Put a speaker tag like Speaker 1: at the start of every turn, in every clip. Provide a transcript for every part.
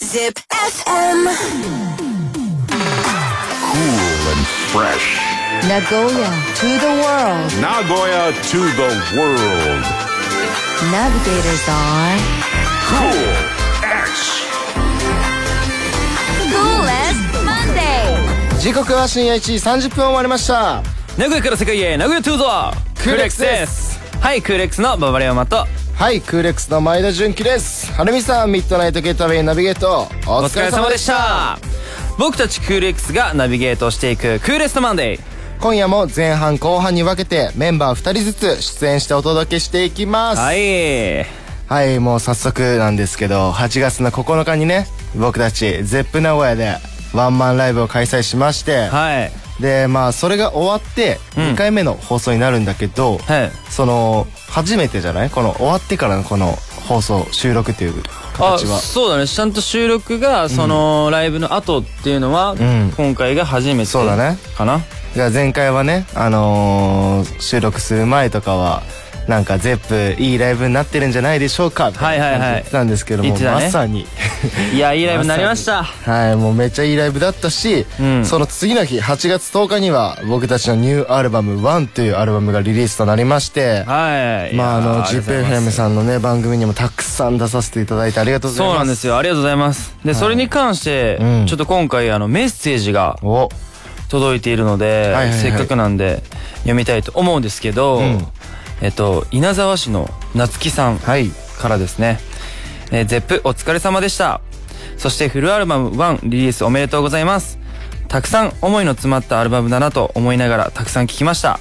Speaker 1: Zip FM.
Speaker 2: Cool and fresh.
Speaker 1: Nagoya to the world.
Speaker 2: Nagoya to the world.
Speaker 1: Navigators are
Speaker 2: Cool X.
Speaker 1: cool as Monday.
Speaker 3: 時刻は深夜1時30分を回りました
Speaker 4: 名古屋から世界へ名古屋トゥーゾー
Speaker 3: クーレックス
Speaker 4: すはいクーレックスのババレオマと
Speaker 3: はいクーレックスの前田純喜ですはるみさんミッドナイトゲートウェイナビゲートお
Speaker 4: お
Speaker 3: 疲
Speaker 4: 疲
Speaker 3: れ
Speaker 4: れ
Speaker 3: 様
Speaker 4: 様
Speaker 3: で
Speaker 4: で
Speaker 3: し
Speaker 4: した僕たちクーレックスがナビゲートしていくクーレストマンデー
Speaker 3: た今夜も前半後半に分けてメンバー2人ずつ出演してお届けしていきます、
Speaker 4: はいい
Speaker 3: はい、もう早速なんですけど8月の9日にね僕たち ZEP 名古屋でワンマンライブを開催しまして
Speaker 4: はい
Speaker 3: でまあそれが終わって2回目の放送になるんだけど、
Speaker 4: はい
Speaker 3: その初めてじゃないこの終わってからのこの放送収録という
Speaker 4: あ
Speaker 3: 形は
Speaker 4: そうだねちゃんと収録がそのライブの後っていうのは
Speaker 3: ん
Speaker 4: 今回が初めて
Speaker 3: そうだね
Speaker 4: かな
Speaker 3: じゃあ前回はねあのー収録する前とかはなんか ZEP いいライブになってるんじゃないでしょうかみた
Speaker 4: はいはい
Speaker 3: な
Speaker 4: は
Speaker 3: 感じで言
Speaker 4: い
Speaker 3: ってたんですけども、
Speaker 4: 言ってた
Speaker 3: ま
Speaker 4: ね
Speaker 3: さに
Speaker 4: いやいいライブになりまし た
Speaker 3: はいもうめっちゃいいライブだったし、
Speaker 4: うん
Speaker 3: その次の日8月10日には僕たちのニューアルバム「ONE」というアルバムがリリースとなりまして
Speaker 4: はい
Speaker 3: まああの
Speaker 4: いやーありがとうござい
Speaker 3: ZIPFM
Speaker 4: ます
Speaker 3: さんのね番組にもたくさん出させていただいてありがとうござい
Speaker 4: そ
Speaker 3: ま
Speaker 4: う
Speaker 3: す
Speaker 4: なんですよありがとうございますでそれに関して
Speaker 3: うん
Speaker 4: ちょっと今回あのメッセージが
Speaker 3: お
Speaker 4: 届いているので、
Speaker 3: はいはいはい
Speaker 4: せっかくなんで読みたいと思うんですけど、
Speaker 3: ん
Speaker 4: えっと稲沢市の夏木さん
Speaker 3: はい
Speaker 4: からですね「えー、ゼップお疲れ様でした」そしてフルアルバム1リリースおめでとうございますたくさん思いの詰まったアルバムだなと思いながらたくさん聴きました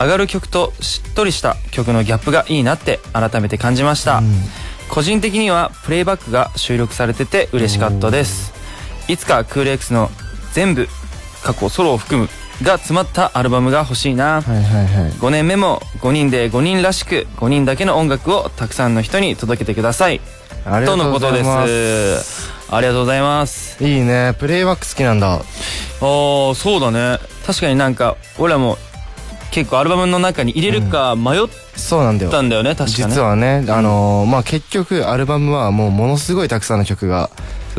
Speaker 4: 上がる曲としっとりした曲のギャップがいいなって改めて感じました、個人的にはプレイバックが収録されてて嬉しかったですいつかクール X の全部過去ソロを含むが詰まったアルバムが欲しい
Speaker 3: は
Speaker 4: な、
Speaker 3: いはいはい
Speaker 4: 5年目も5人で5人らしく5人だけの音楽をたくさんの人に届けてください
Speaker 3: ありがとうござい
Speaker 4: との
Speaker 3: ま
Speaker 4: こと
Speaker 3: す
Speaker 4: ですありがとうございます
Speaker 3: いいねプレイバック好きなんだ
Speaker 4: ああそうだね確かになんか俺らも結構アルバムの中に入れるか迷っ
Speaker 3: そうなんだよ
Speaker 4: たんだよね、確かね
Speaker 3: 実はね、あのーまあ結局アルバムはもうものすごいたくさんの曲が、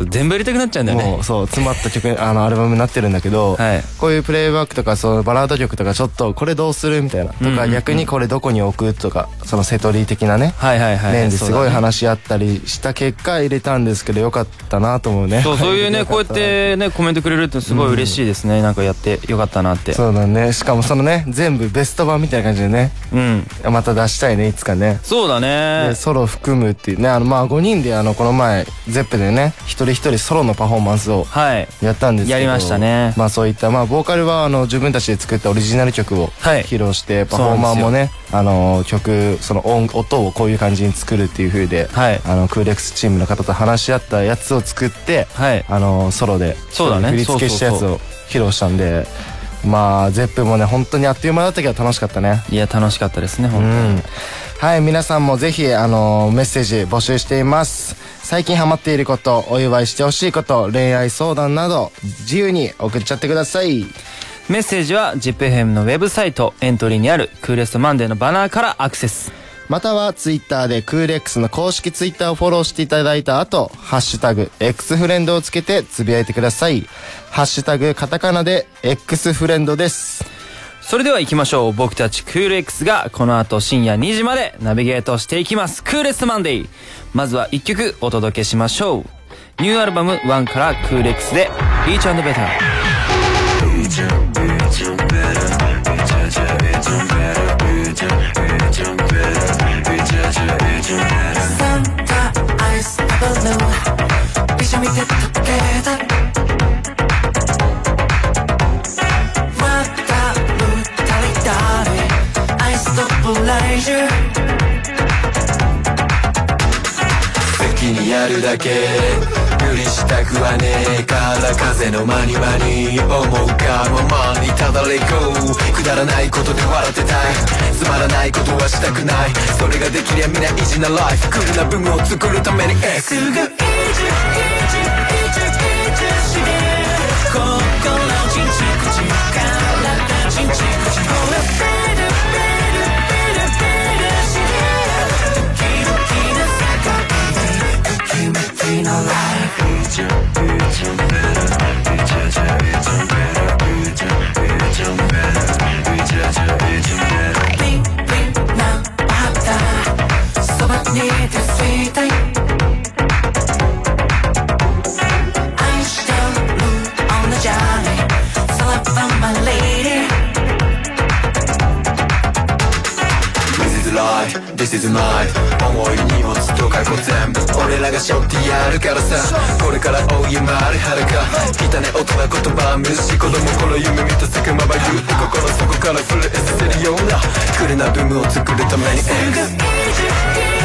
Speaker 4: 全部入れたくなっちゃうんだよ
Speaker 3: も
Speaker 4: ね
Speaker 3: うそう詰まった曲 あのアルバムになってるんだけど、
Speaker 4: はい
Speaker 3: こういうプレイバックとかそのバラード曲とかちょっとこれどうするみたいなとか、
Speaker 4: うんうんうん
Speaker 3: 逆にこれどこに置くとかその瀬戸リー的なね、
Speaker 4: はいはいはい
Speaker 3: 面ですごい
Speaker 4: そうだね
Speaker 3: 話し合ったりした結果入れたんですけどよかったなと思うね
Speaker 4: そうそういうね
Speaker 3: よ
Speaker 4: こ
Speaker 3: か
Speaker 4: うや
Speaker 3: っ
Speaker 4: った
Speaker 3: な
Speaker 4: てねコメントくれるってすごい嬉しいですね、なんかやってよかったなっ て
Speaker 3: そうだねしかもそのね全部ベスト版みたいな感じでね
Speaker 4: うん
Speaker 3: また出したいねいつかね
Speaker 4: そうだね
Speaker 3: でソロ含むっていうねあのまあ5人であのこの前ゼップでね一人一人ソロのパフォーマンスを
Speaker 4: はい
Speaker 3: やったんですけど
Speaker 4: やりましたね
Speaker 3: まあそういったまあボーカルはあの自分たちで作ったオリジナル曲を
Speaker 4: はい
Speaker 3: 披露して、パフォーマーもねあの曲その音音をこういう感じに作るっていう風で、
Speaker 4: はい
Speaker 3: あのクーレックスチームの方と話し合ったやつを作って、
Speaker 4: はい
Speaker 3: あのソロで
Speaker 4: そうだね
Speaker 3: 振り付けしたやつ
Speaker 4: そう
Speaker 3: を披露したんでまあゼップもね本当にあっという間だったけど楽しかったね
Speaker 4: いや楽しかったですね本当に、
Speaker 3: うんはい皆さんもぜひあのメッセージ募集しています最近ハマっていることお祝いしてほしいこと恋愛相談など自由に送っちゃってください
Speaker 4: メッセージは ZIPFM のウェブサイトエントリーにあるクーレストマンデーのバナーからアクセス
Speaker 3: またはツイッターでクーレックスの公式ツイッターをフォローしていただいた後、ハッシュタグ X フレンドをつけてつぶやいてください。ハッシュタグカタカナで X フレンドです。
Speaker 4: それでは行きましょう僕たちクール X がこの後深夜2時までナビゲートしていきますクーレストマンデーまずは1曲お届けしましょうニューアルバム1からクール X で「Each and Better」
Speaker 5: 気にやるだけ無理したくはねえから風の間に間に思うがままにただれ行こうくだらないことで笑ってたいつまらないことはしたくないそれができりゃみんな意地なライフクールなブームを作るために X すぐ「「 This is life, this is my 重い荷物と過去全部俺らが背負ってやるからさこれから追い回る遥か汚ね大人言葉無視子供頃夢見た世界まばゆい心そこから震えさせるようなクレなブームを作るために X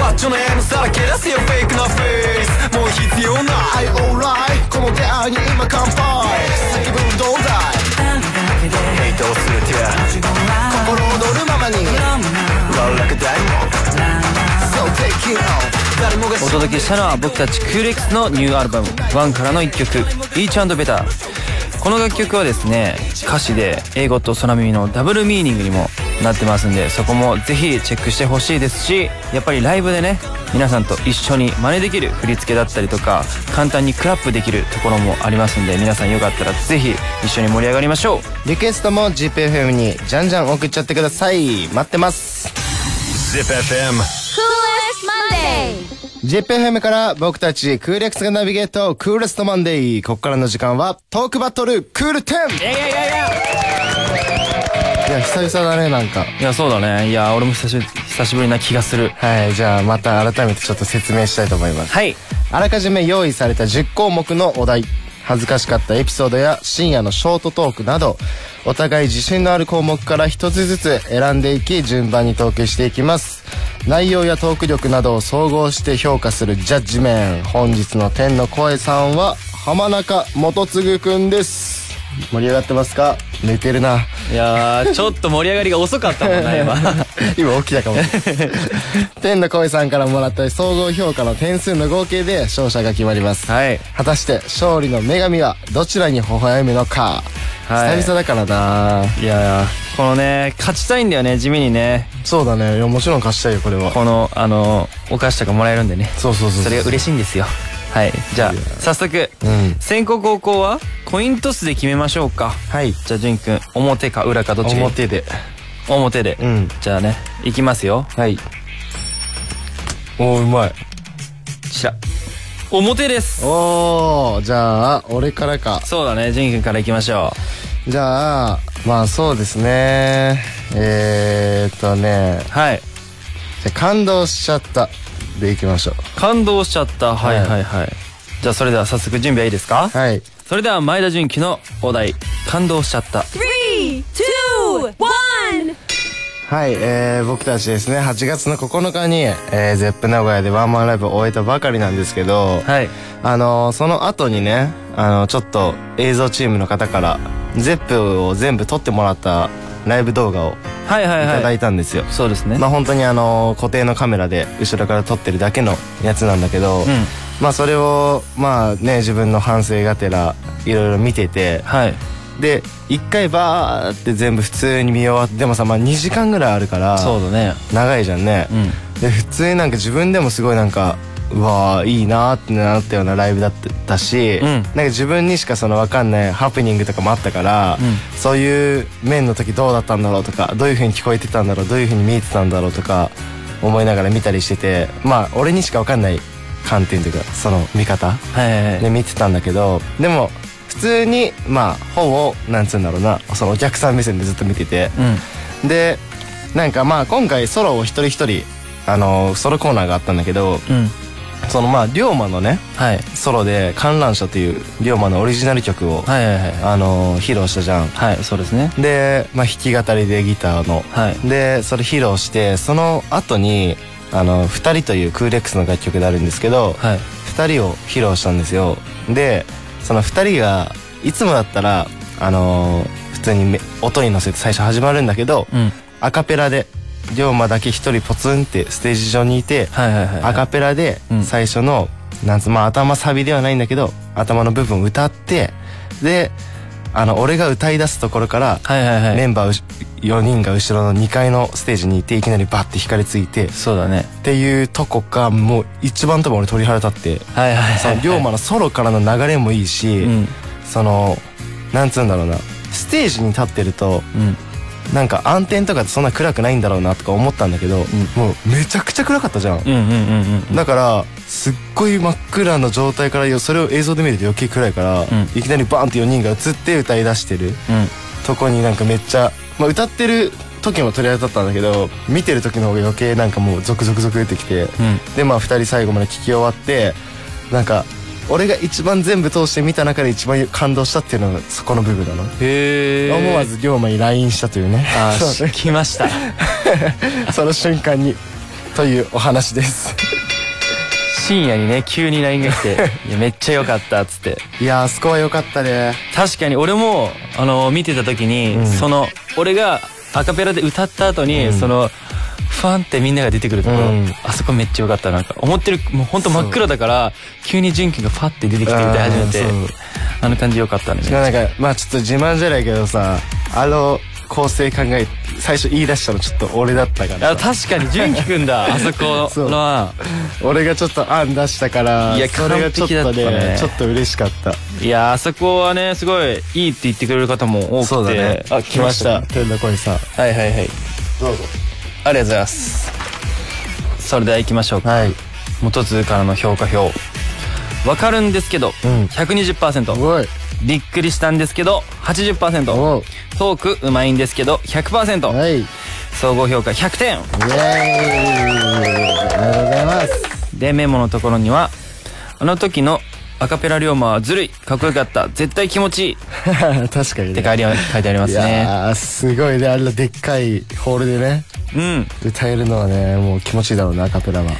Speaker 5: ワッチョネームさらけ出せよフェイクなフェイスもう必要ない alright この出会いに今乾杯叫ぶどうだいヘイトをすべて心躍るままにラ楽大門 So take it off 誰もが知
Speaker 4: お
Speaker 5: らない
Speaker 4: 届けしたのは僕たちクーレックスのニューアルバム「ONE」からの1曲「Each&Better」この楽曲はですね歌詞で英語と空耳のダブルミーニングにもなってますんでそこもぜひチェックしてほしいですしやっぱりライブでね皆さんと一緒に真似できる振り付けだったりとか簡単にクラップできるところもありますんで皆さんよかったらぜひ一緒に盛り上がりましょ
Speaker 3: リクエストも GPFM にじゃんじゃん送っちゃってください待ってます
Speaker 2: Zip FM
Speaker 1: Coolest Monday.
Speaker 3: GPFM から僕たちクーレックスがナビゲートクーレストマンデーここからの時間はトークバトルクール 10!
Speaker 4: ういやいやいやいや
Speaker 3: いや久々だねなんか
Speaker 4: いやそうだねいや俺も久しぶり久しぶりな気がする
Speaker 3: はいじゃあまた改めてちょっと説明したいと思います
Speaker 4: はい
Speaker 3: あらかじめ用意された10項目のお題恥ずかしかったエピソードや深夜のショートトークなどお互い自信のある項目から一つずつ選んでいき順番にトークしていきます内容やトーク力などを総合して評価するジャッジメン本日の天の声さんは浜中元次くんです盛り上がってますか寝てるない
Speaker 4: やーちょっと盛り上がりが遅かったもんな今
Speaker 3: 今起きたかも天の声さんからもらった総合評価の点数の合計で勝者が決まります
Speaker 4: はい
Speaker 3: 果たして勝利の女神はどちらに微笑むのか、
Speaker 4: はい
Speaker 3: 久々だからない
Speaker 4: やーこのね勝ちたいんだよね地味にね
Speaker 3: そうだねいやもちろん貸したいよこれは
Speaker 4: このあのお菓子とかもらえるんでね
Speaker 3: そうそうそうそう
Speaker 4: それが嬉しいんですよはいじゃあ早速、
Speaker 3: ん
Speaker 4: 先攻後攻はコイントスで決めましょうか
Speaker 3: はい
Speaker 4: じゃあ潤くん表か裏かどっちがいい
Speaker 3: 表で
Speaker 4: 表で、
Speaker 3: うん
Speaker 4: じゃあねいきますよ
Speaker 3: はいおーうまい
Speaker 4: しら表です
Speaker 3: おーじゃあ俺からか
Speaker 4: そうだね潤くんからいきましょ
Speaker 3: じゃあまあそうですねえー、っとね
Speaker 4: うはい
Speaker 3: じゃあ感動しちゃったでいきましょ
Speaker 4: 感動しちゃったはい
Speaker 3: はい
Speaker 4: はいはいじゃあそれでは早速準備はいいですか
Speaker 3: うはい
Speaker 4: それでは前田純喜のお題感動しちゃった
Speaker 1: Three, two, one.
Speaker 3: はい、えー、僕たちですね8月の9日に、えー、ゼップ名古屋でワンマンライブを終えたばかりなんですけど、
Speaker 4: はい
Speaker 3: あのーその後にね、あのーちょっと映像チームの方から、ゼップを全部撮ってもらったライブ動画をい
Speaker 4: はいはいはい
Speaker 3: ただいたんですよ。
Speaker 4: そうですね
Speaker 3: まあ本当にあのー固定のカメラで後ろから撮ってるだけのやつなんだけど、まあそれを、まあね、自分の反省がてら、いろいろ見てて、
Speaker 4: はい
Speaker 3: で、一回バーって全部普通に見終わって、でもさ、まあ2時間ぐらいあるから、
Speaker 4: そうだね
Speaker 3: 長いじゃんね、で普通になんか自分でもすごいなんかうわーいいなーってなったようなライブだったし、
Speaker 4: うん
Speaker 3: なんか自分にしかその分かんないハプニングとかもあったから、
Speaker 4: う
Speaker 3: そういう面の時どうだったんだろうとかどういう風に聞こえてたんだろうどういう風に見えてたんだろうとか思いながら見たりしててまあ俺にしか分かんない観点というかその見方
Speaker 4: はいはいはい
Speaker 3: で見てたんだけどでも普通にまあほぼなんつうんだろうなそのお客さん目線でずっと見てて、
Speaker 4: う
Speaker 3: でなんかまあ今回ソロを一人一人あのソロコーナーがあったんだけど
Speaker 4: んうん
Speaker 3: そのまあ龍馬のね
Speaker 4: はい
Speaker 3: ソロで「観覧車」という龍馬のオリジナル曲を、
Speaker 4: はいはいはい
Speaker 3: あの披露したじゃん
Speaker 4: はいそうですね
Speaker 3: で、まあ、弾き語りでギターの、
Speaker 4: はい
Speaker 3: でそれ披露してその後にあの2人というクーレックスの楽曲であるんですけど、
Speaker 4: はい
Speaker 3: 2人を披露したんですよでその2人がいつもだったらあの普通にめ音に乗せて最初始まるんだけど、
Speaker 4: うん
Speaker 3: アカペラで龍馬だけ一人ポツンってステージ上にいて、
Speaker 4: はいはいはいはい
Speaker 3: アカペラで
Speaker 4: うん
Speaker 3: 最初の「なんつまあ頭サビではないんだけど頭の部分を歌ってであの俺が歌い出すところから、
Speaker 4: はいはいはい
Speaker 3: メンバーうし4人が後ろの2階のステージにいていきなりバッて引かれついてっ
Speaker 4: そうだね
Speaker 3: ていうとこがもう一番多分俺鳥肌立って
Speaker 4: はいはい
Speaker 3: そ
Speaker 4: は
Speaker 3: の
Speaker 4: い
Speaker 3: 龍馬のソロからの流れもいいし、
Speaker 4: うん
Speaker 3: そのなんつうんだろうなステージに立ってると
Speaker 4: うん
Speaker 3: なんか暗転とかってそんな暗くないんだろうなとか思ったんだけど、もうめちゃくちゃ暗かったじゃん、
Speaker 4: うんうんうんうん
Speaker 3: だからすっごい真っ暗な状態からよそれを映像で見ると余計暗いから、
Speaker 4: ん
Speaker 3: いきなりバーンって4人が映って歌い出してる
Speaker 4: うん
Speaker 3: とこになんかめっちゃ、まあ、歌ってる時も取り当たったんだけど見てる時の方が余計なんかもうゾクゾクゾク出てきて、
Speaker 4: ん
Speaker 3: でまあ2人最後まで聴き終わってなんか俺が一番全部通して見た中で一番感動したっていうのがそこの部分なの、
Speaker 4: へえ
Speaker 3: 思わず龍馬に LINE したというね
Speaker 4: あ
Speaker 3: そう
Speaker 4: ー
Speaker 3: ね
Speaker 4: 来ました
Speaker 3: その瞬間にというお話です
Speaker 4: 深夜にね急に LINE が来 て「いやめっちゃ良かった」っつって
Speaker 3: いやーあそこは良かったね
Speaker 4: 確かに俺もあの見てた時に、その俺がアカペラで歌った後に、そのファンってみんなが出てくるところ、
Speaker 3: うん
Speaker 4: あそこめっちゃよかったなんか思ってるもう本当真っ暗だから急に純喜がファって出てきて歌い始めて
Speaker 3: うんそう
Speaker 4: あの感じよかったね
Speaker 3: しかもなんかまあちょっと自慢じゃないけどさあの構成考え最初言い出したのちょっと俺だったから
Speaker 4: あ確かに純喜くんだあそこ
Speaker 3: そう
Speaker 4: のは
Speaker 3: 俺がちょっと案出したから
Speaker 4: いや
Speaker 3: それがちょっと
Speaker 4: 完璧だったね
Speaker 3: ねちょっと嬉しかった
Speaker 4: いやあそこはねすごいいいって言ってくれる方も多くて
Speaker 3: あ来ました天の声さん
Speaker 4: はいはいはいどうぞありがとうございますそれでは行きましょうか
Speaker 3: はい
Speaker 4: 元通からの評価表わかるんですけど、
Speaker 3: ん
Speaker 4: 120%
Speaker 3: おい
Speaker 4: びっくりしたんですけど
Speaker 3: お
Speaker 4: 80%
Speaker 3: う
Speaker 4: トークうまいんですけど100%、
Speaker 3: はいイエーイ
Speaker 4: 総合評価100点
Speaker 3: ありがとうございます
Speaker 4: でメモのところには「あの時のアカペラ龍馬はずるいかっこよかった絶対気持ちいい」っ
Speaker 3: 確かに
Speaker 4: て
Speaker 3: ね
Speaker 4: 書いてあり書いてありま
Speaker 3: い
Speaker 4: すね
Speaker 3: やーすごいねあれのでっかいホールでね
Speaker 4: うん
Speaker 3: 歌えるのはねもう気持ちいいだろうなアカペラはい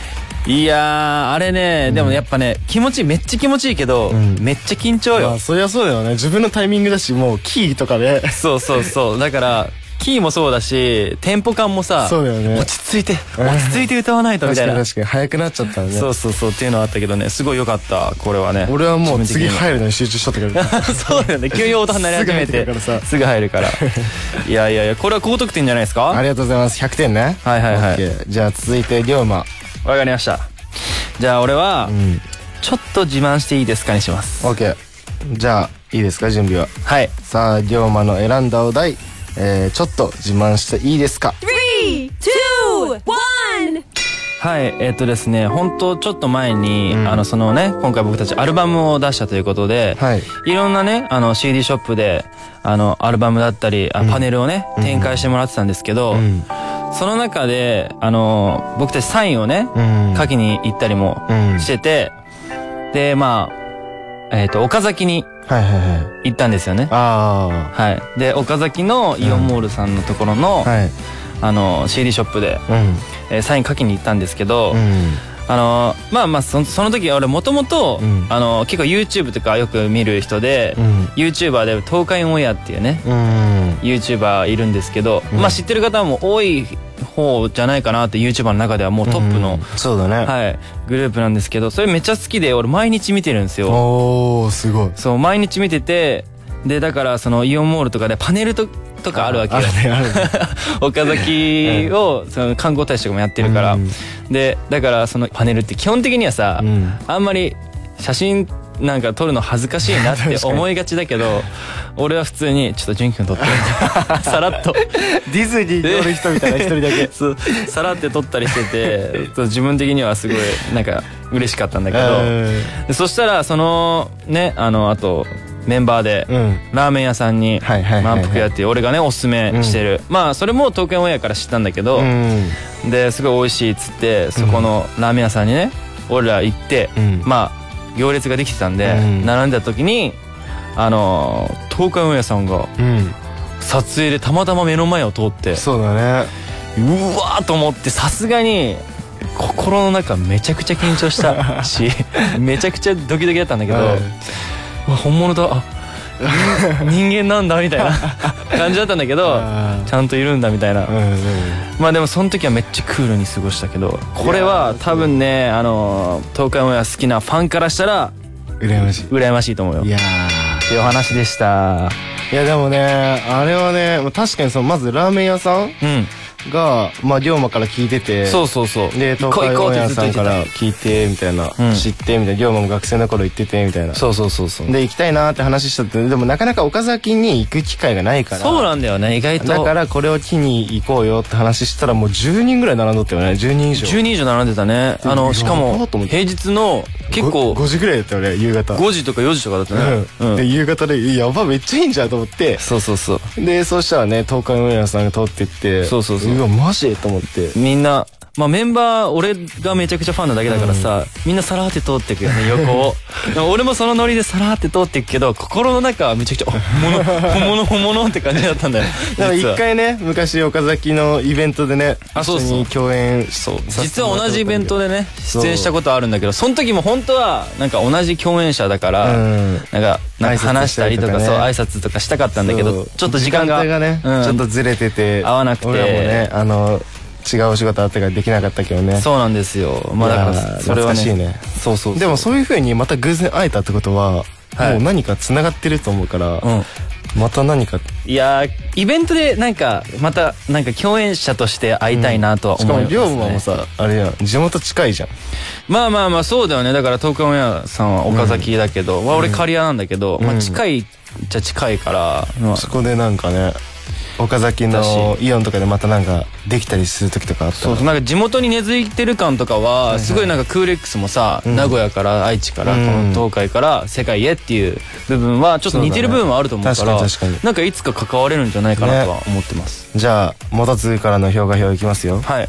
Speaker 4: やーあれね、でもやっぱね気持ちいいめっちゃ気持ちいいけど、めっちゃ緊張よ、
Speaker 3: まあそりゃそうだよね自分のタイミングだしもうキーとかで
Speaker 4: そうそうそう。だから、キーもそうだし、テンポ感もさ、
Speaker 3: そうだよね
Speaker 4: 落ち着いて、落ち着いて歌わないとみ
Speaker 3: 確
Speaker 4: た
Speaker 3: か
Speaker 4: い
Speaker 3: に
Speaker 4: な。
Speaker 3: 確かに早くなっちゃったらね
Speaker 4: そうそうそうっていうのはあったけどね、すごい良かった、これはね。
Speaker 3: 俺はもう
Speaker 4: 自分
Speaker 3: 次
Speaker 4: 的に
Speaker 3: 入るのに集中しとったけど
Speaker 4: そうだよね、急に音離れ始めて、す
Speaker 3: す
Speaker 4: ぐ入るから。 いやいやいや、これは高得点じゃないですか
Speaker 3: あ
Speaker 4: わ
Speaker 3: りがとうございます100点ね
Speaker 4: はいはいはい
Speaker 3: オッケーじゃあ続いて龍馬
Speaker 4: かりました。じゃあ俺は、ちょっと自慢していいですかにします。
Speaker 3: OK じゃあいいですか準備は
Speaker 4: はい。
Speaker 3: さあ龍馬の選んだお題、えー、ちょっと自慢していいですか
Speaker 1: Three, two, one.
Speaker 4: はい、えっ、とですね、本当ちょっと前に、あの、そのね、今回僕たちアルバムを出したということで、
Speaker 3: はい
Speaker 4: ろんなね、あの、CD ショップで、あの、アルバムだったり、あパネルをね、展開してもらってたんですけど、その中で、あの、僕たちサインをね、
Speaker 3: ん
Speaker 4: 書きに行ったりも
Speaker 3: うん
Speaker 4: してて、で、まあ、えっ、と、岡崎に
Speaker 3: はいはいはい
Speaker 4: 行ったんですよね。
Speaker 3: あ
Speaker 4: はい。で、岡崎のイオンモールさんのところの、
Speaker 3: あはい
Speaker 4: あの、CD ショップで、
Speaker 3: うん
Speaker 4: えーサイン書きに行ったんですけど、
Speaker 3: うん
Speaker 4: あのーまあまあそその時俺もともと
Speaker 3: ん
Speaker 4: あのー結構 YouTube とかよく見る人で、
Speaker 3: うん
Speaker 4: YouTuber で東海オンエアっていうね
Speaker 3: うん
Speaker 4: YouTuber いるんですけど、まあ知ってる方も多い方じゃないかなって YouTuber の中ではもうトップの、
Speaker 3: そうだね、
Speaker 4: はい、グループなんですけどそれめっちゃ好きで俺毎日見てるんですよ
Speaker 3: おおすごい
Speaker 4: そう毎日見ててでだからそのイオンモールとかでパネルととかあるわけ
Speaker 3: あ
Speaker 4: よ
Speaker 3: るねあるね
Speaker 4: 岡崎をその観光大使とかもやってるから、
Speaker 3: うん
Speaker 4: でだからそのパネルって基本的にはさ、
Speaker 3: うん
Speaker 4: あんまり写真なんか撮るの恥ずかしい なって思いがちだけど俺は普通に「ちょっと純喜君撮って」 さらっと
Speaker 3: ディズニーに乗る人みたいな一人だけ
Speaker 4: そうさらって撮ったりして てそう自分的にはすごいなんか嬉しかったんだけど、
Speaker 3: うん
Speaker 4: でそしたらそのねあのあとメンバーで、
Speaker 3: うん
Speaker 4: ラーメン屋さんに
Speaker 3: はいはいはいはい
Speaker 4: 満腹屋っていう俺がねおすすめしてる、まあそれも東京オンエアから知ったんだけど、
Speaker 3: うん
Speaker 4: ですごい美味しいっつってそこのラーメン屋さんにね俺ら行って、
Speaker 3: うん
Speaker 4: まあ行列ができてたんで、
Speaker 3: うん
Speaker 4: 並んだ時にあのー東海オンエアさんが
Speaker 3: うん
Speaker 4: 撮影でたまたま目の前を通って
Speaker 3: そうだね
Speaker 4: うわーと思ってさすがに心の中めちゃくちゃ緊 張したしめちゃくちゃドキドキだったんだけど、
Speaker 3: はいう
Speaker 4: わ本物だあ人間なんだみた いな感じだったんだけど
Speaker 3: あー
Speaker 4: ちゃんといるんだみたいな、
Speaker 3: うんうん
Speaker 4: まあでもその時はめっちゃクールに過ごしたけどこれは多分ねあのー東海オンエア好きなファンからしたら
Speaker 3: 羨まし
Speaker 4: 羨ましいと思うよ
Speaker 3: いい
Speaker 4: っ
Speaker 3: や
Speaker 4: ていうお話でした
Speaker 3: ーいやでもねあれはねもう確かにそのまずラーメン屋さん
Speaker 4: うん
Speaker 3: がまあ龍馬から聞いてて
Speaker 4: そうそうそう
Speaker 3: で
Speaker 4: 行
Speaker 3: 東
Speaker 4: こう
Speaker 3: 海
Speaker 4: 行こ
Speaker 3: オ
Speaker 4: う
Speaker 3: ン
Speaker 4: っ
Speaker 3: エ
Speaker 4: て
Speaker 3: ア
Speaker 4: ずっ
Speaker 3: さん
Speaker 4: と言っ
Speaker 3: か
Speaker 4: て
Speaker 3: ら聞いてみたいな、
Speaker 4: うん
Speaker 3: 知ってみたいな龍馬も学生の頃行っててみたいな
Speaker 4: たそうそうそうそう
Speaker 3: で行きたいなーって話したってでもなかなか岡崎に行く機会がないから
Speaker 4: そうなんだよね意外と
Speaker 3: だからこれを機に行こうよって話したらもう10人ぐらい並んどったよね10人以上
Speaker 4: 10人以上並んでたねあのしか
Speaker 3: やば
Speaker 4: も
Speaker 3: っと思って
Speaker 4: 平日の結構
Speaker 3: ご 5, 時ぐらいだったよ俺夕方
Speaker 4: 5時とか4時とかだったね
Speaker 3: うん
Speaker 4: う
Speaker 3: で
Speaker 4: ん
Speaker 3: 夕方でやばめっちゃいいんじゃんと思って
Speaker 4: そうそうそう
Speaker 3: でそうしたらね東海オンエアさんが通ってって
Speaker 4: そうそうそう
Speaker 3: うわマジと思って
Speaker 4: みんなまあメンバー俺がめちゃくちゃファンなだけだからさ、みんなさらって通ってく よね横をでも俺もそのノリでさらって通ってくけど心の中はめちゃくちゃあ本物本物本物って感じだった んだよ
Speaker 3: でも
Speaker 4: 実は
Speaker 3: 一回ね昔岡崎のイベントでね
Speaker 4: あそう
Speaker 3: 一
Speaker 4: そう
Speaker 3: 緒に共演
Speaker 4: そう
Speaker 3: させて
Speaker 4: 実
Speaker 3: も
Speaker 4: は
Speaker 3: らったことある
Speaker 4: 同じイベントでね
Speaker 3: そう
Speaker 4: 出演したことあるんだけどその時も本当はなんか同じ共演者だか
Speaker 3: う
Speaker 4: ら
Speaker 3: ん
Speaker 4: なんかなんか話したり
Speaker 3: 挨拶したりと
Speaker 4: と
Speaker 3: か
Speaker 4: か
Speaker 3: ね
Speaker 4: そう挨拶とかしたかったんだけ
Speaker 3: そ
Speaker 4: ど
Speaker 3: う
Speaker 4: ちょっと時間が
Speaker 3: 帯ね、
Speaker 4: うん
Speaker 3: ちょっとずれてて
Speaker 4: 合わなくて
Speaker 3: 俺らもねあの違うお仕事あったからできなかったけどね
Speaker 4: そうなんですよまあだか
Speaker 3: いや
Speaker 4: ら
Speaker 3: ー
Speaker 4: それ
Speaker 3: 懐
Speaker 4: は
Speaker 3: かしい
Speaker 4: ね
Speaker 3: ね
Speaker 4: そうそうそう
Speaker 3: でもそういうふうにまた偶然会えたってことは、
Speaker 4: はい
Speaker 3: もう何か繋がってると思うから、
Speaker 4: うん
Speaker 3: また何か
Speaker 4: いやーイベントでなんかまたなんか共演者として会いたいなとは
Speaker 3: し
Speaker 4: 思
Speaker 3: か
Speaker 4: い
Speaker 3: も
Speaker 4: ます、ね
Speaker 3: 龍馬もさあれやん地元近いじゃん
Speaker 4: まあまあまあそうだよねだから東海オンエアさんは岡崎だけど、まあ、俺刈谷なんだけど、まあ、近いっちゃ近いから、まあ
Speaker 3: そこでなんかね岡崎のイオンとかでまたなんかできたりする時とかあった
Speaker 4: そう
Speaker 3: ら
Speaker 4: そうなんか地元に根付いてる感とかはすごいなんかクーレックスもさ、名古屋から愛知からこ
Speaker 3: うん
Speaker 4: の東海から世界へっていう部分はちょっと似てる部分はあると思うから
Speaker 3: そうだね確かに確か
Speaker 4: なんかいつか関われるんじゃないかなとは思ってます、
Speaker 3: じゃあ元通からの評価表いきますよ
Speaker 4: はい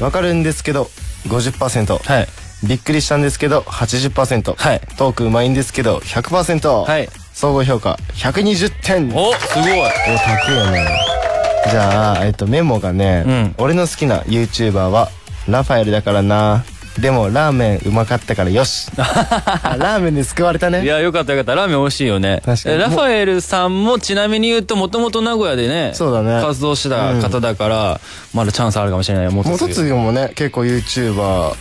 Speaker 3: わかるんですけど50%、
Speaker 4: はい
Speaker 3: びっくりしたんですけど80%、
Speaker 4: はい
Speaker 3: トークうまいんですけど100%、
Speaker 4: はい
Speaker 3: 総合評価120点
Speaker 4: おすごい
Speaker 3: お高いよねじゃあ、えっと、メモがね、
Speaker 4: うん
Speaker 3: 俺の好きな YouTuber はラファエルだからなでもラーメンうまかったからよ しあラーメンで救われた
Speaker 4: い
Speaker 3: ね
Speaker 4: や、よかったよかった。ラーメン美味しいよね。
Speaker 3: 確かに
Speaker 4: えラファエルさんもちなみに言うと、もともと名古屋でね、
Speaker 3: そうだね
Speaker 4: 活動してた方だから、まだチャンスあるかもしれないよ。もっと
Speaker 3: 元
Speaker 4: 次
Speaker 3: 次もね結構 YouTuber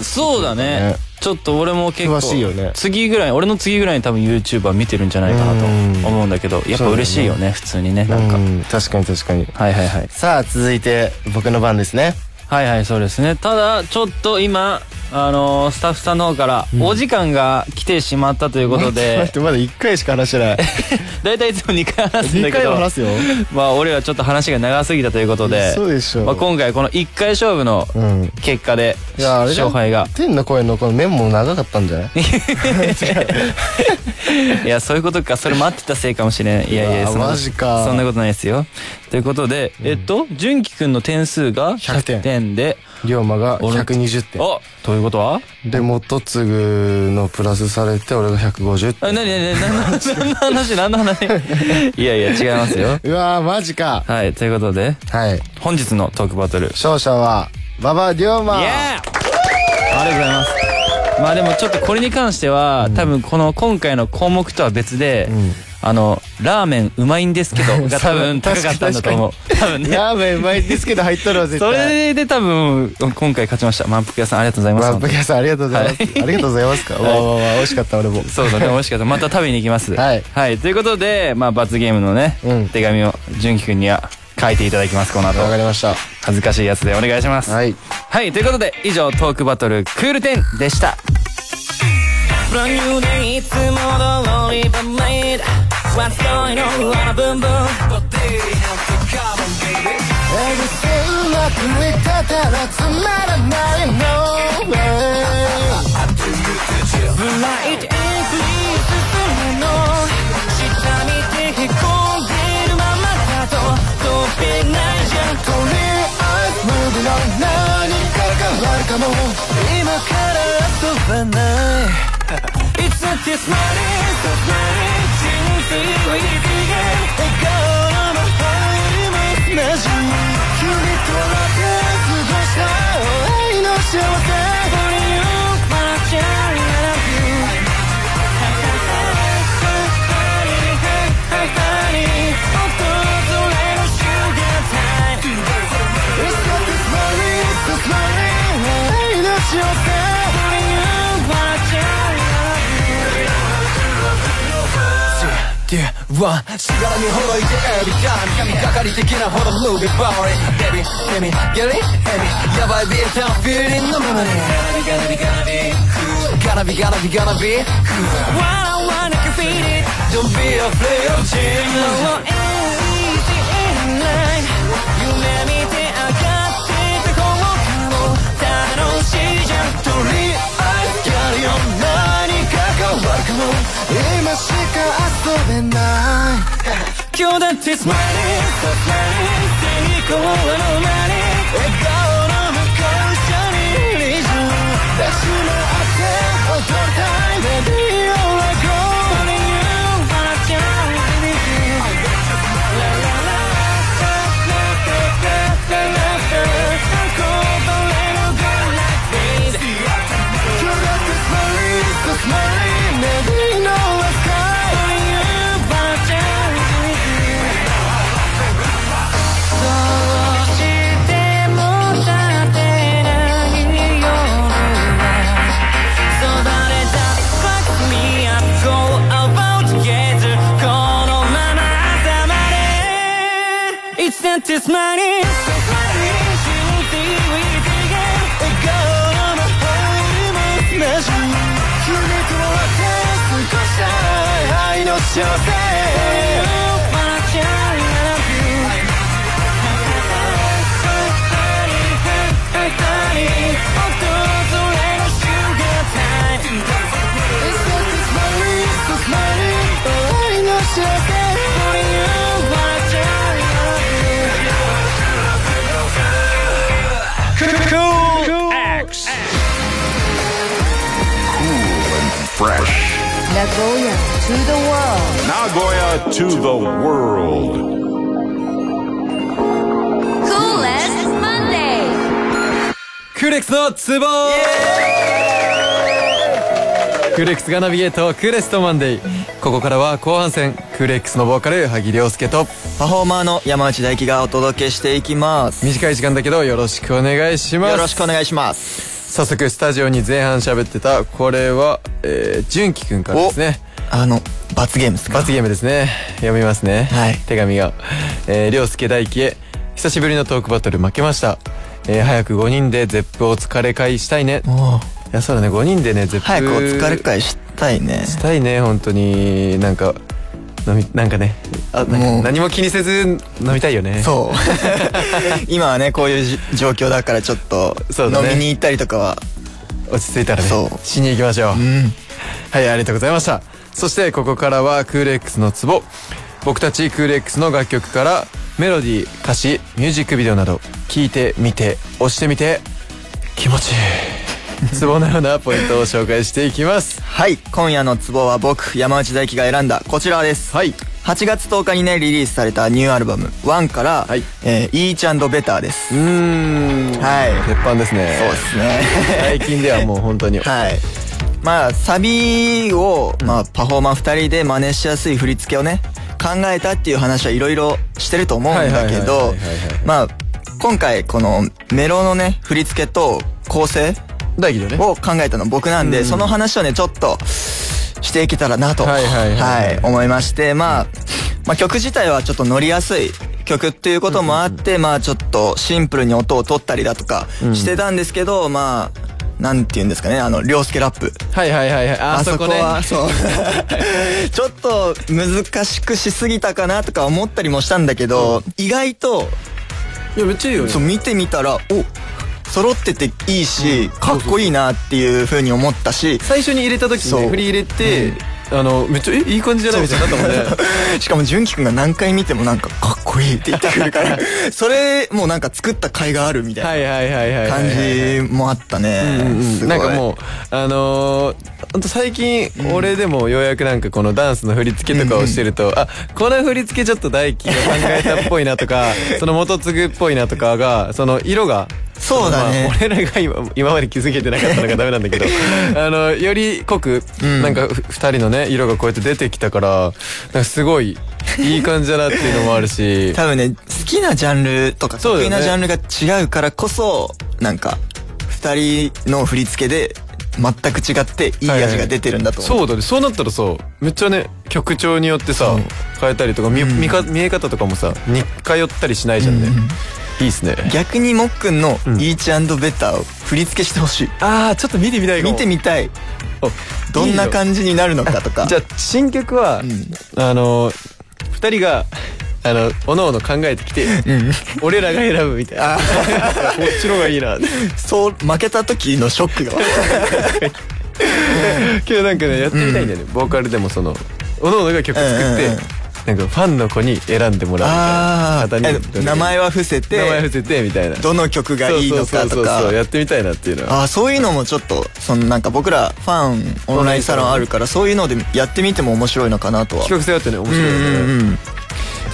Speaker 4: そうだね。
Speaker 3: ね
Speaker 4: ちょっと俺も結構、
Speaker 3: 詳しいよね
Speaker 4: 次ぐらい、俺の次ぐらいに多分 YouTuber 見てるんじゃないかなと思うんだけど、やっぱ嬉しいよね、普通にね。なんか。
Speaker 3: うん確かに確かに
Speaker 4: はいはいはい。
Speaker 3: さあ続いて僕の番です ね
Speaker 4: はいはい、そうですね。ただ、ちょっと今、あのースタッフさんの方から、お時間が来てしまったということ
Speaker 3: 待っ
Speaker 4: で、
Speaker 3: てまだ1回しか話して ない
Speaker 4: だいたいいつも2回話すんだ
Speaker 3: 2
Speaker 4: け
Speaker 3: 回
Speaker 4: ど、
Speaker 3: は話すよ
Speaker 4: まあ俺らちょっと話が長すぎたということで
Speaker 3: そうでしょう
Speaker 4: まあ、今回この1回勝負の
Speaker 3: うん
Speaker 4: 結果で、
Speaker 3: いやあれじゃん
Speaker 4: 勝敗が
Speaker 3: 天の声のこのメモも長かったんじゃない
Speaker 4: いやそういうことかそれ待ってたせいかもしれんいやいや
Speaker 3: うわ
Speaker 4: そんな
Speaker 3: マジか
Speaker 4: そんなことないですよということで、えっと純喜くんの点数が
Speaker 3: 100点
Speaker 4: 100点で
Speaker 3: 龍馬が120点
Speaker 4: おということは
Speaker 3: で元次のプラスされて俺が150
Speaker 4: あ
Speaker 3: 点
Speaker 4: 何何何何の話何の話いやいや違いますよ
Speaker 3: うわーマジか
Speaker 4: はいということで
Speaker 3: はい
Speaker 4: 本日のトークバトル
Speaker 3: 勝者は馬場龍馬
Speaker 4: イエーありがとうございますまあでもちょっとこれに関しては、多分この今回の項目とは別で、あのラーメンうまいんですけどが多分高かったんだと思う多分ね
Speaker 3: ラーメンうまいですけど入っとるわ絶
Speaker 4: そ
Speaker 3: 対
Speaker 4: れで多分今回勝ちました満腹屋さんありがとうございま
Speaker 3: ま
Speaker 4: す
Speaker 3: あ、ブキャさんありがとうございます、
Speaker 4: はい
Speaker 3: ありがとうございますか、わあわあわあ美味しかった俺も
Speaker 4: そうだね、美味しかった。また食べに行きます。
Speaker 3: はい
Speaker 4: ということで、まあ、罰ゲームのね、
Speaker 3: うん
Speaker 4: 手紙を、純喜くんには書いていただきます、この後。
Speaker 3: わかりました
Speaker 4: 恥ずかしいやつでお願いします。
Speaker 3: はい
Speaker 4: はい、ということで、以上、トークバトル、クール10でした。
Speaker 6: Brand new day いつも通り But made What's going on? Wanna boom boom
Speaker 3: うまくいったたらつまらないの
Speaker 6: Bright and clear 進むの下見てへこんでるままだと飛べないじゃんと
Speaker 3: とりあえず無理な何かがあるかも
Speaker 6: 今から遊ばない It's a this morning, this morning 人生は一元笑顔のホームスマジ
Speaker 3: 君とだけ過ごした愛の幸せ Only you can make me feel
Speaker 6: 「君とだけ過ごした愛の幸せ」
Speaker 5: Dear one しがらみほどいて every time 神がかり的なほど move it body Baby, baby, get it? Baby やばいビーター feeling のままに Gonna be, gonna be, gonna be cool Gonna be, gonna be, gonna be cool
Speaker 7: What I wanna can feel it
Speaker 5: Don't be afraid of change
Speaker 7: No end easy in line 夢見て上がってた効果も楽しいじゃん
Speaker 5: とりあえずやるよ何かが悪くも今しか遊べない
Speaker 7: 今日だってスマイル成功はのまに笑顔の向こう下にリズム
Speaker 5: 抱きしめ合って踊りたい Baby you're like gold
Speaker 7: Calling you but I can't believe it It's money, it's money, she'll be with again. It goes on a holy moon,
Speaker 5: 夢と笑って過ごしたい愛の幸せ
Speaker 2: Fresh.
Speaker 1: Nagoya to the world.
Speaker 2: Nagoya to the world.
Speaker 1: Cool as Monday.
Speaker 8: クーレックスのツボクーレックスがナビゲートクーレストマンデーここからは後半戦クーレックスのボーカル萩亮介と
Speaker 9: パフォーマーの山内大輝がお届けしていきます
Speaker 8: 短い時間だけどよろしくお願いします
Speaker 9: よろしくお願いします
Speaker 8: 早速スタジオに前半喋ってたこれは、えー、純喜くんからですね
Speaker 9: あの罰ゲームですか
Speaker 8: 罰ゲームですね読みますね、
Speaker 9: はい
Speaker 8: 手紙が「えー涼介大輝へ久しぶりのトークバトル負けました、えー早く5人でゼップお疲れ会したいね」
Speaker 9: おう
Speaker 8: いやそうだね5人でねゼップ
Speaker 9: 早くお疲れ会したいね
Speaker 8: したいね本当になんか飲みなんかねあなんか
Speaker 9: もう
Speaker 8: 何も気にせず飲みたいよね
Speaker 9: そう今はねこう いうじ状況だからちょっと
Speaker 8: そう
Speaker 9: 飲
Speaker 8: だね
Speaker 9: みに行ったりとかは
Speaker 8: 落ち着いたらね
Speaker 9: そう
Speaker 8: しに行きましょう、
Speaker 9: ん
Speaker 8: はいありがとうございましたそしてここからはクーレックスのツボ僕たちクーレックスの楽曲からメロディー歌詞ミュージックビデオなど聴いてみて押してみて気持ちい いツボのようなポイントを紹介していきます
Speaker 9: はい今夜のツボは僕山内大輝が選んだこちらです
Speaker 8: はい
Speaker 9: 8月10日にねリリースされたニューアルバム「ONE」から「
Speaker 8: はい
Speaker 9: えー、イーチャンドベター」です
Speaker 8: うーん
Speaker 9: はい
Speaker 8: 鉄板ですね
Speaker 9: そうですね
Speaker 8: 最近ではもう本当に
Speaker 9: はいまあサビを、まあ、パフォーマー2人で真似しやすい振り付けをね考えたっていう話はいろいろしてると思うんだけ
Speaker 8: はいはいはいは
Speaker 9: ど
Speaker 8: いはいはい
Speaker 9: まあ今回このメロのね振り付けと構成
Speaker 8: 大輝だね
Speaker 9: を考えたの僕なんで、その話をねちょっとしていけたらなと、
Speaker 8: はいはいはいはい
Speaker 9: はい思いまして、まあ、まあ曲自体はちょっと乗りやすい曲っていうこともあって、まあちょっとシンプルに音を取ったりだとかしてたんですけど、まあなんて言うんですかねあの涼介ラップ
Speaker 8: はいはいはいはいあ
Speaker 9: あ
Speaker 8: そ
Speaker 9: そ
Speaker 8: こ
Speaker 9: こ
Speaker 8: ね
Speaker 9: はそう ちょっと難しくしすぎたかなとか思ったりもしたんだけど、意外と
Speaker 8: いやめっちゃいいよね
Speaker 9: そう見てみたらお揃ってていいし、かっこいいなっていう風に思ったし
Speaker 8: 最初に入れた時に
Speaker 9: そ
Speaker 8: ね
Speaker 9: う
Speaker 8: 振り入れて、あのめっちゃえいい 感じじゃないみたいになったもんね
Speaker 9: しかも純喜くんが何回見てもなんかかっこいいって言ってくるから それもうなんか作った甲斐があるみた
Speaker 8: はい
Speaker 9: い
Speaker 8: はいはいはい
Speaker 9: な
Speaker 8: はい
Speaker 9: 感じもあったね
Speaker 8: うんうん
Speaker 9: すごい
Speaker 8: なんかもうあのー、ほんと最近俺でもようやくなんかこのダンスの振り付けとかをしてると、あこの振り付けちょっと大輝が考えたっぽいなと かその元継ぐっぽいなとかがその色が
Speaker 9: そうだね
Speaker 8: まあ俺らが今今まで気づけてなかったのがダメなんだ けどあのより濃く、なんかふ二人のね色がこうやって出てきたからなんかすごいいい感じだなっていうのもある し
Speaker 9: 多分ね好きなジャンルとか
Speaker 8: そうだよ
Speaker 9: 得意
Speaker 8: ね
Speaker 9: なジャンルが違うからこそなんか二人の振り付けで全く違っていい味が出てるんだと思う、
Speaker 8: そうだねそうなったらさめっちゃね曲調によってさ変えたりとか見,、見か見え方とかもさ似通ったりしないじゃんね、いいっすね
Speaker 9: 逆にもっくんの「イーチベター」を振り付けしてほしい
Speaker 8: ああちょっと見てみたいかも
Speaker 9: 見てみたい
Speaker 8: あ
Speaker 9: どん
Speaker 8: いい
Speaker 9: な
Speaker 8: よ
Speaker 9: 感じになるのかとか
Speaker 8: じゃあ新曲は、あの二人があのおのおの考えてきて、俺らが選ぶみたいな こっちの方がいいな
Speaker 9: そう負けた時のショックが
Speaker 8: けどなんかねやってみたいんだよね、ボーカルでもそのおのおのが曲作って、
Speaker 9: うんうんうん
Speaker 8: なんかファンの子に選んでもらうみ
Speaker 9: あ
Speaker 8: たいな方
Speaker 9: あ
Speaker 8: に
Speaker 9: 名前
Speaker 8: は
Speaker 9: は伏せて
Speaker 8: 名前伏せてみたいな
Speaker 9: どの曲がいいのか
Speaker 8: そうそ
Speaker 9: と
Speaker 8: うそう
Speaker 9: か
Speaker 8: そうやってみたいなっていうのは
Speaker 9: ああそういうのもちょっとそのなんか僕らファンオンラインサロンあるからそういうのでやってみても面白いのかなとは
Speaker 8: 企画性あってね面白いよね、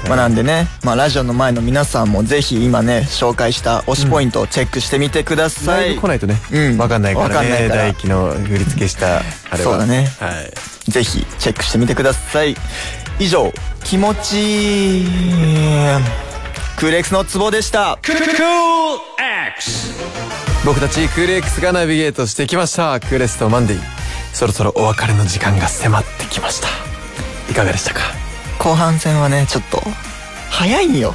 Speaker 9: まあなんでね、まあ、ラジオの前の皆さんもぜひ今ね紹介した推しポイントをチェックしてみてくださ
Speaker 8: ライ
Speaker 9: い、
Speaker 8: ブ来ないとね、
Speaker 9: うん
Speaker 8: わかんないからね
Speaker 9: わかんないから
Speaker 8: 大輝の振り付けしたあれは
Speaker 9: そうだね
Speaker 8: はい
Speaker 9: ぜひチェックしてみてください以上気持ちいいクーレックスのツボでした
Speaker 8: 僕たちクール X がナビゲートしてきましたクーレストマンデーそろそろお別れの時間が迫ってきましたいかがでしたか
Speaker 9: 後半戦はねちょっと早いんよ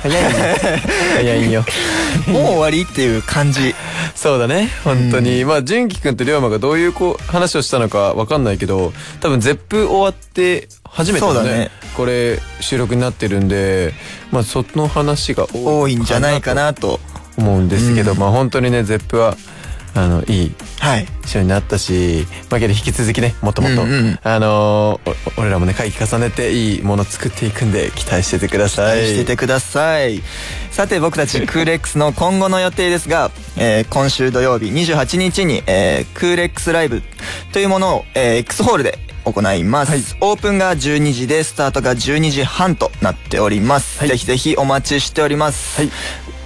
Speaker 8: 早いよ
Speaker 9: もう終わりっていう感じ
Speaker 8: そうだね本当に、まあ純喜くんと龍馬がどういうこう話をしたのかわかんないけど多分ゼップ終わって初めて
Speaker 9: そ
Speaker 8: の
Speaker 9: うだ
Speaker 8: ね
Speaker 9: ね
Speaker 8: これ収録になってるんでまあその話が
Speaker 9: 多いんじゃないか
Speaker 8: な
Speaker 9: なと
Speaker 8: と思うんですけど、まあ本当にねゼップはあのいい
Speaker 9: はい
Speaker 8: 一緒になったし、まあ、けど引き続きねもっともっと、
Speaker 9: うんうん
Speaker 8: あのーお俺らもね会議重ねていいもの作っていくんで期待しててください
Speaker 9: しててくださいさて僕たちクーレックスの今後の予定ですが、えー今週土曜日28日に、えークーレックスライブというものを、えー X ホールで行います、オープンが12時でスタートが12時半となっております、ぜひぜひお待ちしております、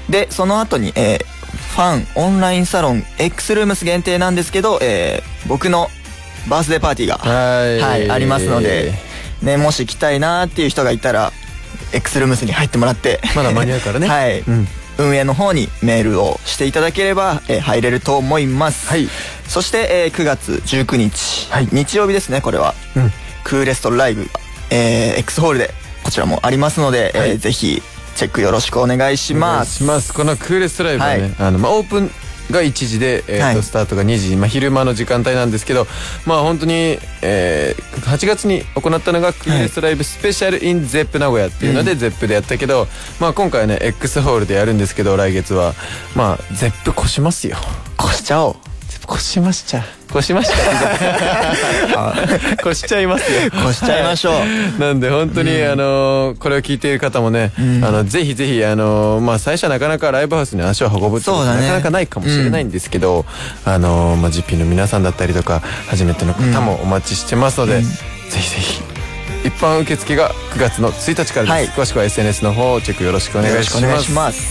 Speaker 9: でその後に、えーファンオンラインサロン X ルームス限定なんですけど、えー僕のバースデーパーティーが
Speaker 8: はい
Speaker 9: はい、ありますので、ね、もし来たいなーっていう人がいたら、X ルームスに入ってもらって、
Speaker 8: まだ間に合うからね
Speaker 9: はい、
Speaker 8: ん
Speaker 9: 運営の方にメールをしていただければ、えー入れると思います。
Speaker 8: はい
Speaker 9: そして、えー9月19日、
Speaker 8: はい
Speaker 9: 日曜日ですね、これは。
Speaker 8: ん
Speaker 9: クーレストライブ、えー X ホールで、こちらもありますので、えーぜひ、チェックよろしくお願いし
Speaker 8: お願
Speaker 9: ま
Speaker 8: い
Speaker 9: す。
Speaker 8: しますこのクーレストライブはね、
Speaker 9: はい
Speaker 8: あのまあ、オープンが1時で、えーと
Speaker 9: はい
Speaker 8: スタートが2時、まあ、昼間の時間帯なんですけどまあ本当に、えー8月に行ったのがクーレストライブスペシャルインゼップ名古屋っていうので、ゼップでやったけど、まあ、今回はね X ホールでやるんですけど来月はまあゼップ越しますよ
Speaker 9: こしちゃおう。
Speaker 8: こしましちゃこしましちゃこしちゃいますよ
Speaker 9: こしちゃいましょ う。
Speaker 8: なんで本当に、あのーこれを聞いている方もね、あのぜひぜひあのーまあ最初はなかなかライブハウスに足を運ぶってこと
Speaker 9: そう
Speaker 8: は
Speaker 9: だ
Speaker 8: な
Speaker 9: ね
Speaker 8: かなかないかもしれないんですけど、あのーまあ GP の皆さんだったりとか初めての方もお待ちしてますので、ぜひぜひ一般受付が9月の1日からです、詳しくは SNS の方をチェックよろしくお
Speaker 9: よ
Speaker 8: 願
Speaker 9: ろ
Speaker 8: い
Speaker 9: し
Speaker 8: し
Speaker 9: くお願
Speaker 8: ま
Speaker 9: いし
Speaker 8: す
Speaker 9: ます。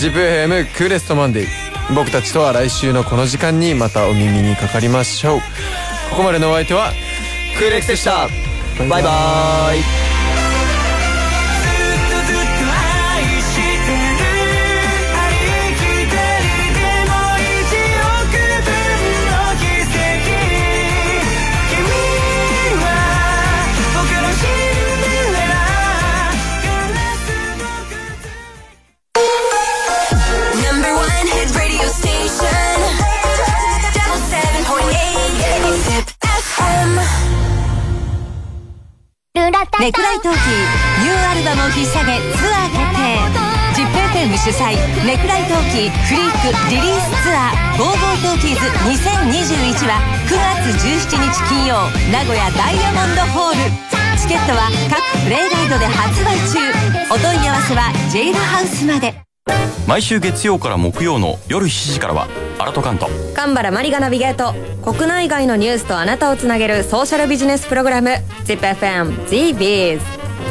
Speaker 8: GPFM クーレストマンデー僕たちとは来週のこの時間にまたお耳にかかりましょうここまでのお相手は
Speaker 9: クーレックスでした。バイバーイ。
Speaker 10: Number one hit radio station. Double seven point eight. Zip FM. ネクライトーキーニューアルバムを引っ提げツアー決定 ZIPFM 主催ネクライトーキーフリークリリースツアー「ゴーゴートーキーズ2021」は9月17日金曜名古屋ダイヤモンドホールチケットは各プレイライドで発売中お問い合わせはジェイルハウスまで
Speaker 11: 毎週月曜から木曜の夜7時からはアラトカント
Speaker 1: 神原マリがナビゲート国内外のニュースとあなたをつなげるソーシャルビジネスプログラム ZIPFM ZBs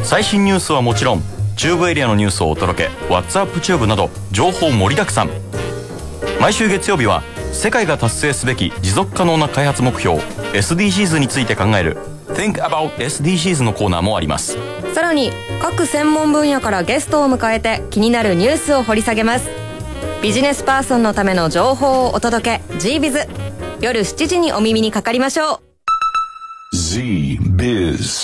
Speaker 11: 最新ニュースはもちろんチューブエリアのニュースをお届け WhatsApp チューブなど情報盛りだくさん毎週月曜日は世界が達成すべき持続可能な開発目標 SDGs について考える Think about SDGs のコーナーもあります
Speaker 1: さらに各専門分野からゲストを迎えて気になるニュースを掘り下げますビジネスパーソンのための情報をお届け GBiz
Speaker 10: 夜7時にお耳にかかりましょう
Speaker 2: Z Biz.